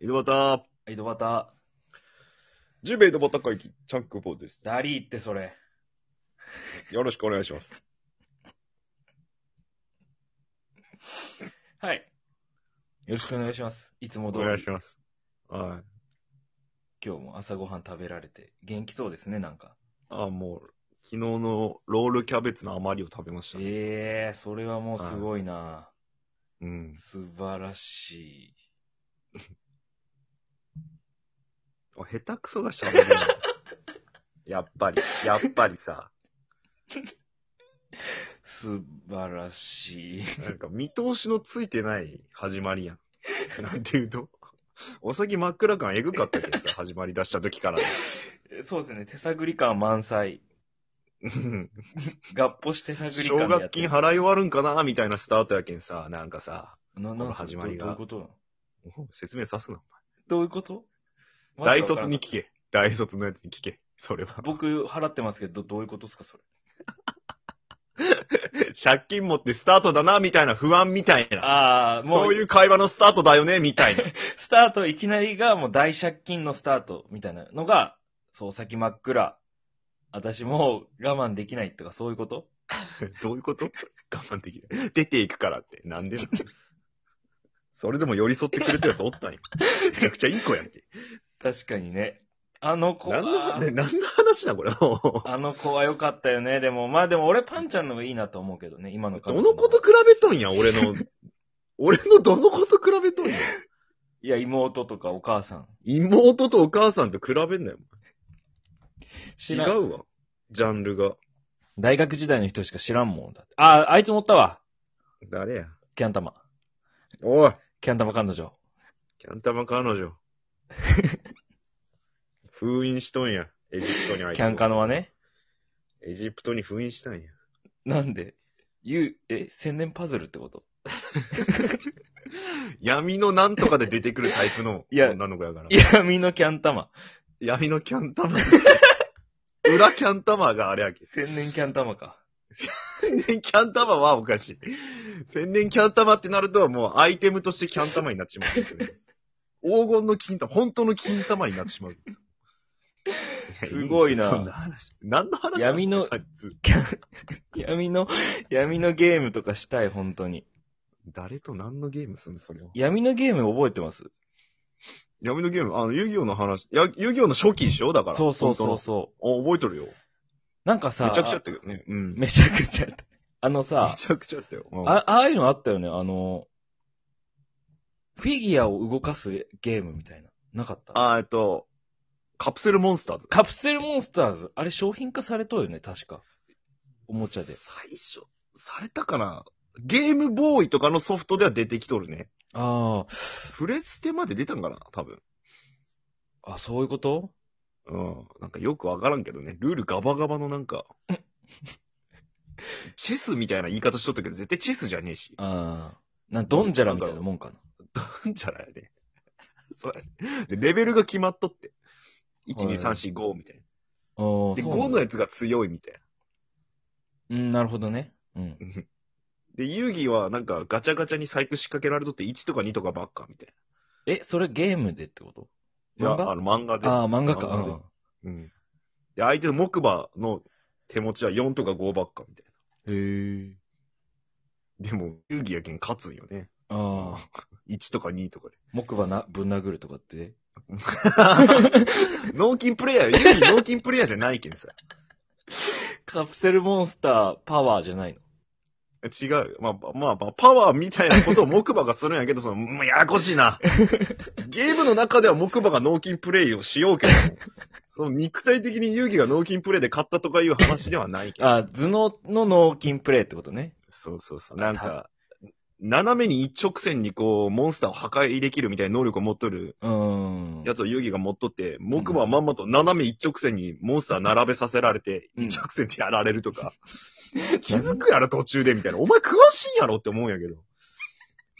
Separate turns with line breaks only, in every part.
井戸端、
井戸端、
十兵衛井戸端会議、チャンクボーです。
ダリーってそれ。
よろしくお願いします。
はい。よろしくお願いします。いつも通り、
ます。はい。
今日も朝ごはん食べられて、元気そうですね、なんか。
あ、もう、昨日のロールキャベツの余りを食べました、ね。
ええそれはもうすごいな、
うん。
素晴らしい。
あ下手くそが喋るな。 やっぱり、やっぱりさ、
素晴らしい。
なんか見通しのついてない始まりやん。なんていうと、お先真っ暗感えぐかったけどさ、始まり出した時 から。
そうですね、手探り感満載。
うん
合歩して手探り
奨
感
学金払い終わるんかなみたいなスタートやけんさ、なんかさ、
の
の始まりが
どういうこと
説明さすな。
どういうこと
大卒に
わけ
聞け。大卒のやつに聞け。それは
わ。からん僕払ってますけど、どどういうことですか、それ。
借金持ってスタートだな、みたいな不安みたいな。
ああ、もう、
そういう会話のスタートだよね、みたいな。
スタートいきなりがもう大借金のスタートみたいなのが、そう先真っ暗。私もう我慢できないとかそういうこと
どういうこと 我慢できない。出ていくからって。なんで なのそれでも寄り添ってくれたやつおったんや。めちゃくちゃいい子やんけ。
確かにね。あの子
何
は
の、、ね、何の話だ、こ れ。ど
あの子は良かったよね。でも、まあでも俺パンちゃんの方がいいなと思うけどね、今の彼女
の子と比べとんや、俺の。俺のどの子と比べとんや。
いや、妹とかお母さん。
妹とお母さんと比べんなよ。違
知らん
うわ。ジャンルが。
大学時代の人しか知らんもんだって。あ、あいつ乗ったわ。
誰や。
キャン玉。
おい。
キャン玉彼女。
キャンタマ彼女。封印しとんや。エジプトにあいつ
キャンカノはね。
エジプトに封印したんや。
なんで、ゆう、え、千年パズルってこと
闇のなんとかで出てくるタイプの
いや
女の子やから。
闇のキャン玉。
闇のキャンタマ。裏キャンタマがあれやけ。
千年キャン玉か。
千年キャンタマはおかしい。千年キャンタマってなるともうアイテムとしてキャンタマになってしまうんですよね。黄金の金玉、本当の金玉になってしまうんですよ。
すごいな
やそんな話。何の話
闇の
あいつ
闇の、闇のゲームとかしたい、本当に。
誰と何のゲームするのそれは。
闇のゲーム覚えてます
闇のゲーム、あの、遊戯王の話、や遊戯王の初期でしょだから。
そうそうそう
本
そ
当のあ覚えとるよ。
う。なんかさ、
めちゃくちゃやったけどね。うん。め
めちゃくちゃやったあのさ、
ちゃくちゃやったよ。うん
あ、ああいうのあったよね、あの、フィギュアを動かすゲームみたいな。なかった
あ、えっと、カプセルモンスターズ。
カプセルモンスターズ。あれ商品化されとうよね、確か。おもちゃで。
最初、されたかなゲームボーイとかのソフトでは出てきとるね。
あ
プレステまで出たんかな多分。
あ、あ、そういうこと
うん。なんかよくわからんけどね。ルールガバガバのなん か。チェスみたいな言い方しとったけど、絶対チェスじゃねえし。
ああ。なん、ドンジャラみたいなもんかな。
なんじゃないね。 それ。でレベルが決まっとって。1、
は
2、
い
3、4、5みたいな。
ああー、
で、
そうな
5
ん
の
だ
やつが強いみたいな。
うん、なるほどね。うん。
で、遊戯はなんかガチャガチャに細工仕掛けられとって1とか2とかばっかみたい
え、それゲームでってこと
な。
漫
いや、
画
あの漫画で。
ああ、漫画か。
漫画で
うん
うん。で、相手の木馬の手持ちは4とか5ばっかみたい
へえ。
な。でも、遊戯やけん勝つんよね。
ああ。
1とか2とかで。
木馬な、ぶん殴るとかって。
脳筋プレイヤー、遊戯脳筋プレイヤーじゃないけんさ。
カプセルモンスターパワーじゃないの。
違うよ。まあ、まあ、まあ、パワーみたいなことを木馬がするんやけど、その、もうややこしいな。ゲームの中では木馬が脳筋プレイをしようけど、その肉体的に遊戯が脳筋プレイで勝ったとかいう話ではないけど。
ああ、頭脳の脳筋プレイってことね。
そうそうそう。なんか、斜めに一直線にこう、モンスターを破壊できるみたいな能力を持っとる
うーん。
やつを遊戯が持っとって、木馬はまんまと斜め一直線にモンスター並べさせられて、
うん
一直線でやられると か。気づくやろ途中でみたいな。お前詳しいやろって思うんやけど。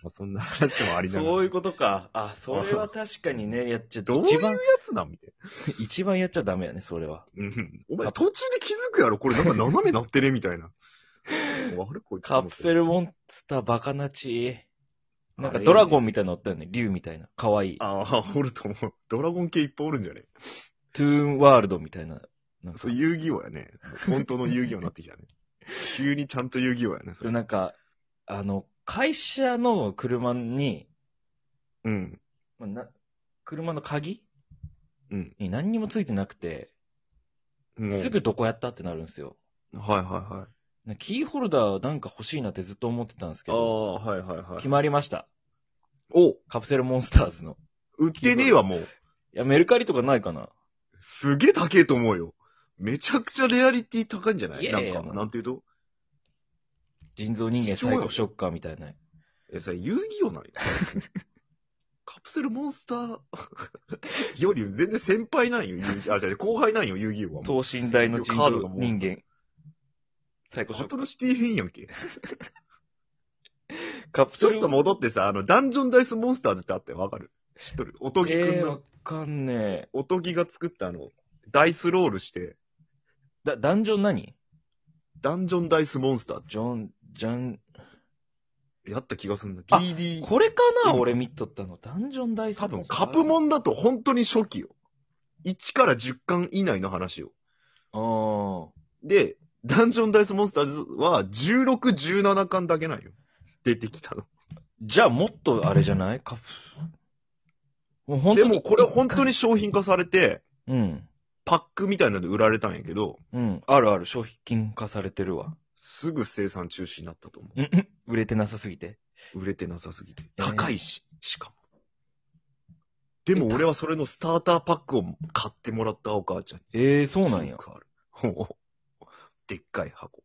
まあ、そんな話もありながら。
そういう
こ
ことか。あ、それは確かに ね、やっちゃ
どういう
一番、
とやつなんみたい
一番やっちゃダメやね、それは。
な。うん。お前途中で気づくやろこれなんか斜めなって ねみたいな。あれこいつ
カプセルモンスターバカなち。なんかドラゴンみたいなのおったよね。竜みたいな。かわいい。
ああ、おると思う。ドラゴン系いっぱいおるんじゃね
トゥーンワールドみたいな。なんか
そう、遊戯王やね。本当の遊戯王になって きたね。急にちゃんと遊戯王やね、それ。
なんか、あの、会社の車に、
うん。
まあな車の鍵
うん。
に何にもついてなくて、
もう
すぐどこやったってなるんですよ。
はいはいはい。
なんかキーホルダーなんか欲しいなってずっと思ってたんですけ
あ
ど、
あ、はいはいは
決
い。
まりました。
お
カプセルモンスターズの。
売ってねえわ、もう。
いや、メルカリとかないかな
すげえ高えと思うよ。めちゃくちゃレアリティ高いんじゃない
いやいや
なん
も
か、
う
なんていうと
人造人間サイコショッカーみたいな。
え、それ遊戯王なんや。 カプセルモンスター より全然先輩なんよ、遊戯あ、じゃ後輩なんよ、遊戯王はもう。
等身大の人
カードが
造
モンス
人
タ
間。サイコショ
バ
ッカ
ト
ー。
ルシティ編やんけ。
カプ
ち
セ
ょ
ル
っと戻ってさ、あの、ダンジョンダイスモンスターズってあったよ、わかる知っとるおとぎくん
えー、
の
わ、かんねえ。
おとぎが作ったあの、ダイスロールして、
だ、ダンジョン何
ダンジョンダイスモンスターズ。
ジョン、ジャン、
やった気がすんな。
あ
DD。
これかな
うん
俺見とったの。ダンジョン大好き。
多分、カプモンだと本当に初期よ。1から10巻以内の話よ。
あ
で、ダンジョンダイスモンスターズは16、17巻だけなんよ。出てきたの。
ーじゃあもっとあれじゃないカプ、もう本
で
当に。
もこれ本当に商品化されて、
うん。
パックみたいなので売られたんやけど、
うん。あるある。商品化されてるわ。
すぐ生産中止になったと思
うんうん売れてなさすぎて。
う。売れてなさすぎて。
えー
高いし、しかも。でも俺はそれのスターターパックを買ってもらったお母ちゃんに。
ええー、そ うなん
記。
や
憶ある。ほうでっかい箱。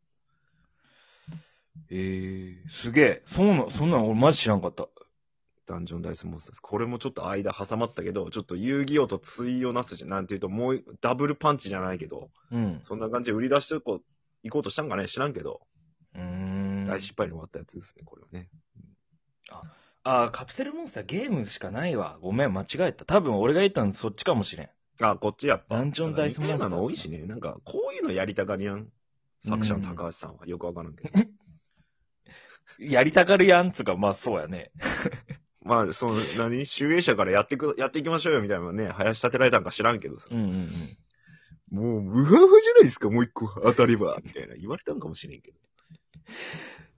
ええー、すげえ。そうな、そんなん俺マジ知らんかった。
ダンジョンダイスモンスターズ。これもちょっと間挟まったけど、ちょっと遊戯王と対応なすじゃん、なんていうと、もうダブルパンチじゃないけど、
うん。
そんな感じで売り出していこう、行こうとしたんかね知らんけど、
うーん。
大失敗に終わったやつですね、これはね。
あーカプセルモンスターゲームしかないわ。ごめん、間違えた。多分俺が言ったのそっちかもしれん。
あ、こっちやっぱ。
ダンジョンダイスモ
な
ンスター
んか似たようなの多いしね。なんか、こういうのやりたがりやん。作者の高橋さんは。よくわからんけど。
やりたがるやんつうか、まあそうやね。
まあ、その、何集英社からやってく、やっていきましょうよ、みたいなのね。林立てられたんか知らんけどさ。
うんうんうん。
もう、無ハフじゃないですか、もう一個当たりは。みたいな。言われたんかもしれんけど。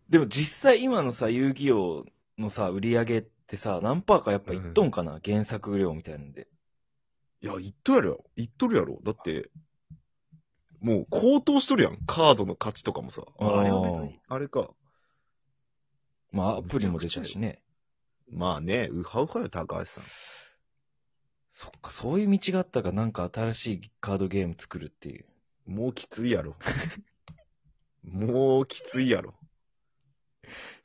でも実際今のさ、遊戯王のさ、売り上げってさ、何パーかやっぱいっとんかな、原作量みたいなんで。
いや、言っとるやろ。言っとるやろ。だって、もう高騰しとるやん。カードの価値とかもさ。
あー
あれは別に、あれか。
まあアプリも出たしね。
まあね、ウハウハよ、高橋さん。
そっか、そういう道があったか、なんか新しいカードゲーム作るっていう。
もうきついや ろ。もうきついやろ。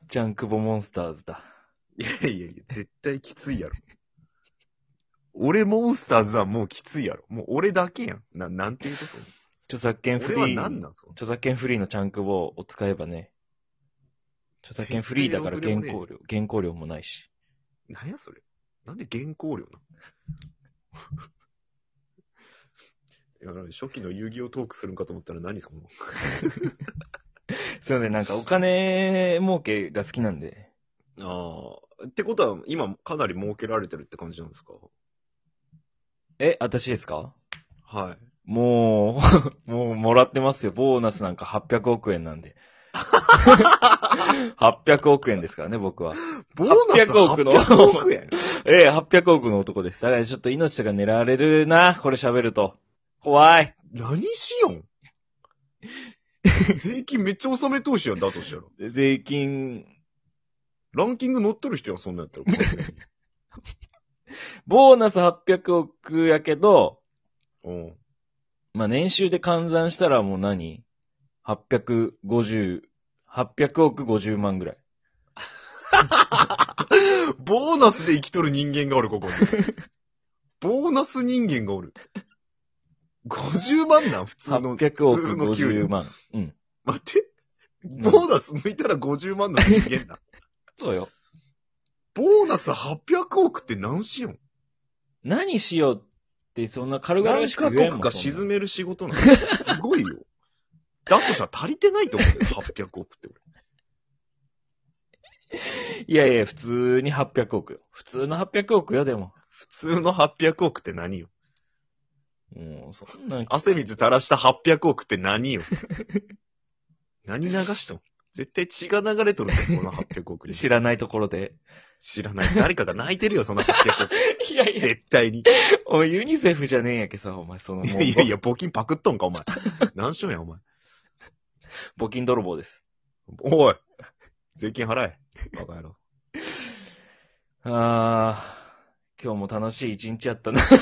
ジャンクボモンスターズだ。
いやいやいや、絶対きついやろ。俺モンスターズはもうきついやろ。もう俺だけやん。な、なんていうこと
著作権フ
俺
リー。
は何なんその
著作権フリーのチャンクボを使えばね。著作権フリーだから
設定
原
力でも
稿料、原稿料もないし。
なんやそれ。なんで原稿料 な。いや、初期の遊戯王トークするんかと思ったら何その。
すいません、なんかお金儲けが好きなんで。
ああ。ってことは、今かなり儲けられてるって感じなんですか
え、私ですか
はい。
もう、 もうもらってますよ。ボーナスなんか800億円 なんで。800億円ですからね、僕は。
ボーナス
800億の
800億円
ええ、800億の男です。だからちょっと命とか狙われるな、これ喋ると。怖い。
何しよん税金めっちゃ納めとうしやん、だとしたら。
税金、
ランキング乗っとる人やん、そんなんやった ら。
ボーナス800億やけど、
うん。
まあ、年収で換算したらもう何 ?850、800億50万ぐらい。
ボーナスで生きとる人間がおる、ここに。ボーナス人間がおる。50万なん、普通の。
800億
普通の給料
50万。うん。
待って。ボーナス抜いたら50万の人間だ。
そうよ。
ボーナス800億って何しよん
何しようって、そんな軽々
何
しく
カ
言えんも
国
ん
が
そんな
沈める仕事なのすごいよ。だとしたら足りてないと思うよ、800億って俺。
いやいや、普通に800億よ。普通の800億よ、でも。
普通の800億って何よ
もう、そんなん。
汗水垂らした800億って何よ何流したの絶対血が流れとるって、そんな800億に。
知らないところ で。
知らない。誰かが泣いてるよ、その800億。
いや いや、
絶対に。
お前ユニセフじゃねえんやけさ、お前、その、
い
も
や
う
いやいや、募金パクっとんか、お前。何しよんや、お前。
募金泥棒です。
おい。税金払え。バカ野 郎。
あー、今日も楽しい一日やったな。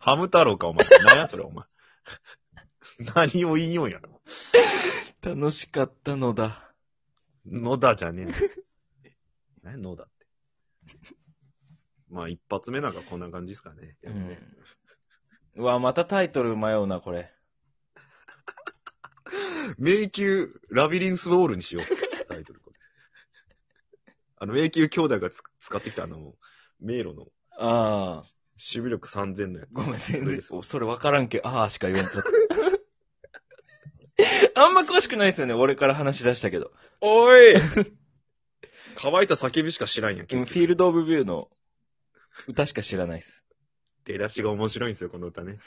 ハム太郎か、お前。何や、それ、お前。何を言いようんやろ。
楽しかったのだ。
野田じゃねえの。何野田って。まあ、一発目なんかこんな感じですかね。
うん。うわ、またタイトル迷うな、これ。
迷宮、ラビリンスウォールにしよう。タイトルこれ。あの、迷宮兄弟がつ使ってきたあの、迷路の
あー、
守備力3000のやつ。
ごめん、全
これ
然
です、
おそれわからんけど、あーしか言わんかった。 あんま詳しくないですよね、俺から話し出したけど。
おい乾いた叫びしか知らんやん。
今、
結局
フィールド・オブ・ビューの歌しか知らないです。
出だしが面白いんですよ、この歌ね。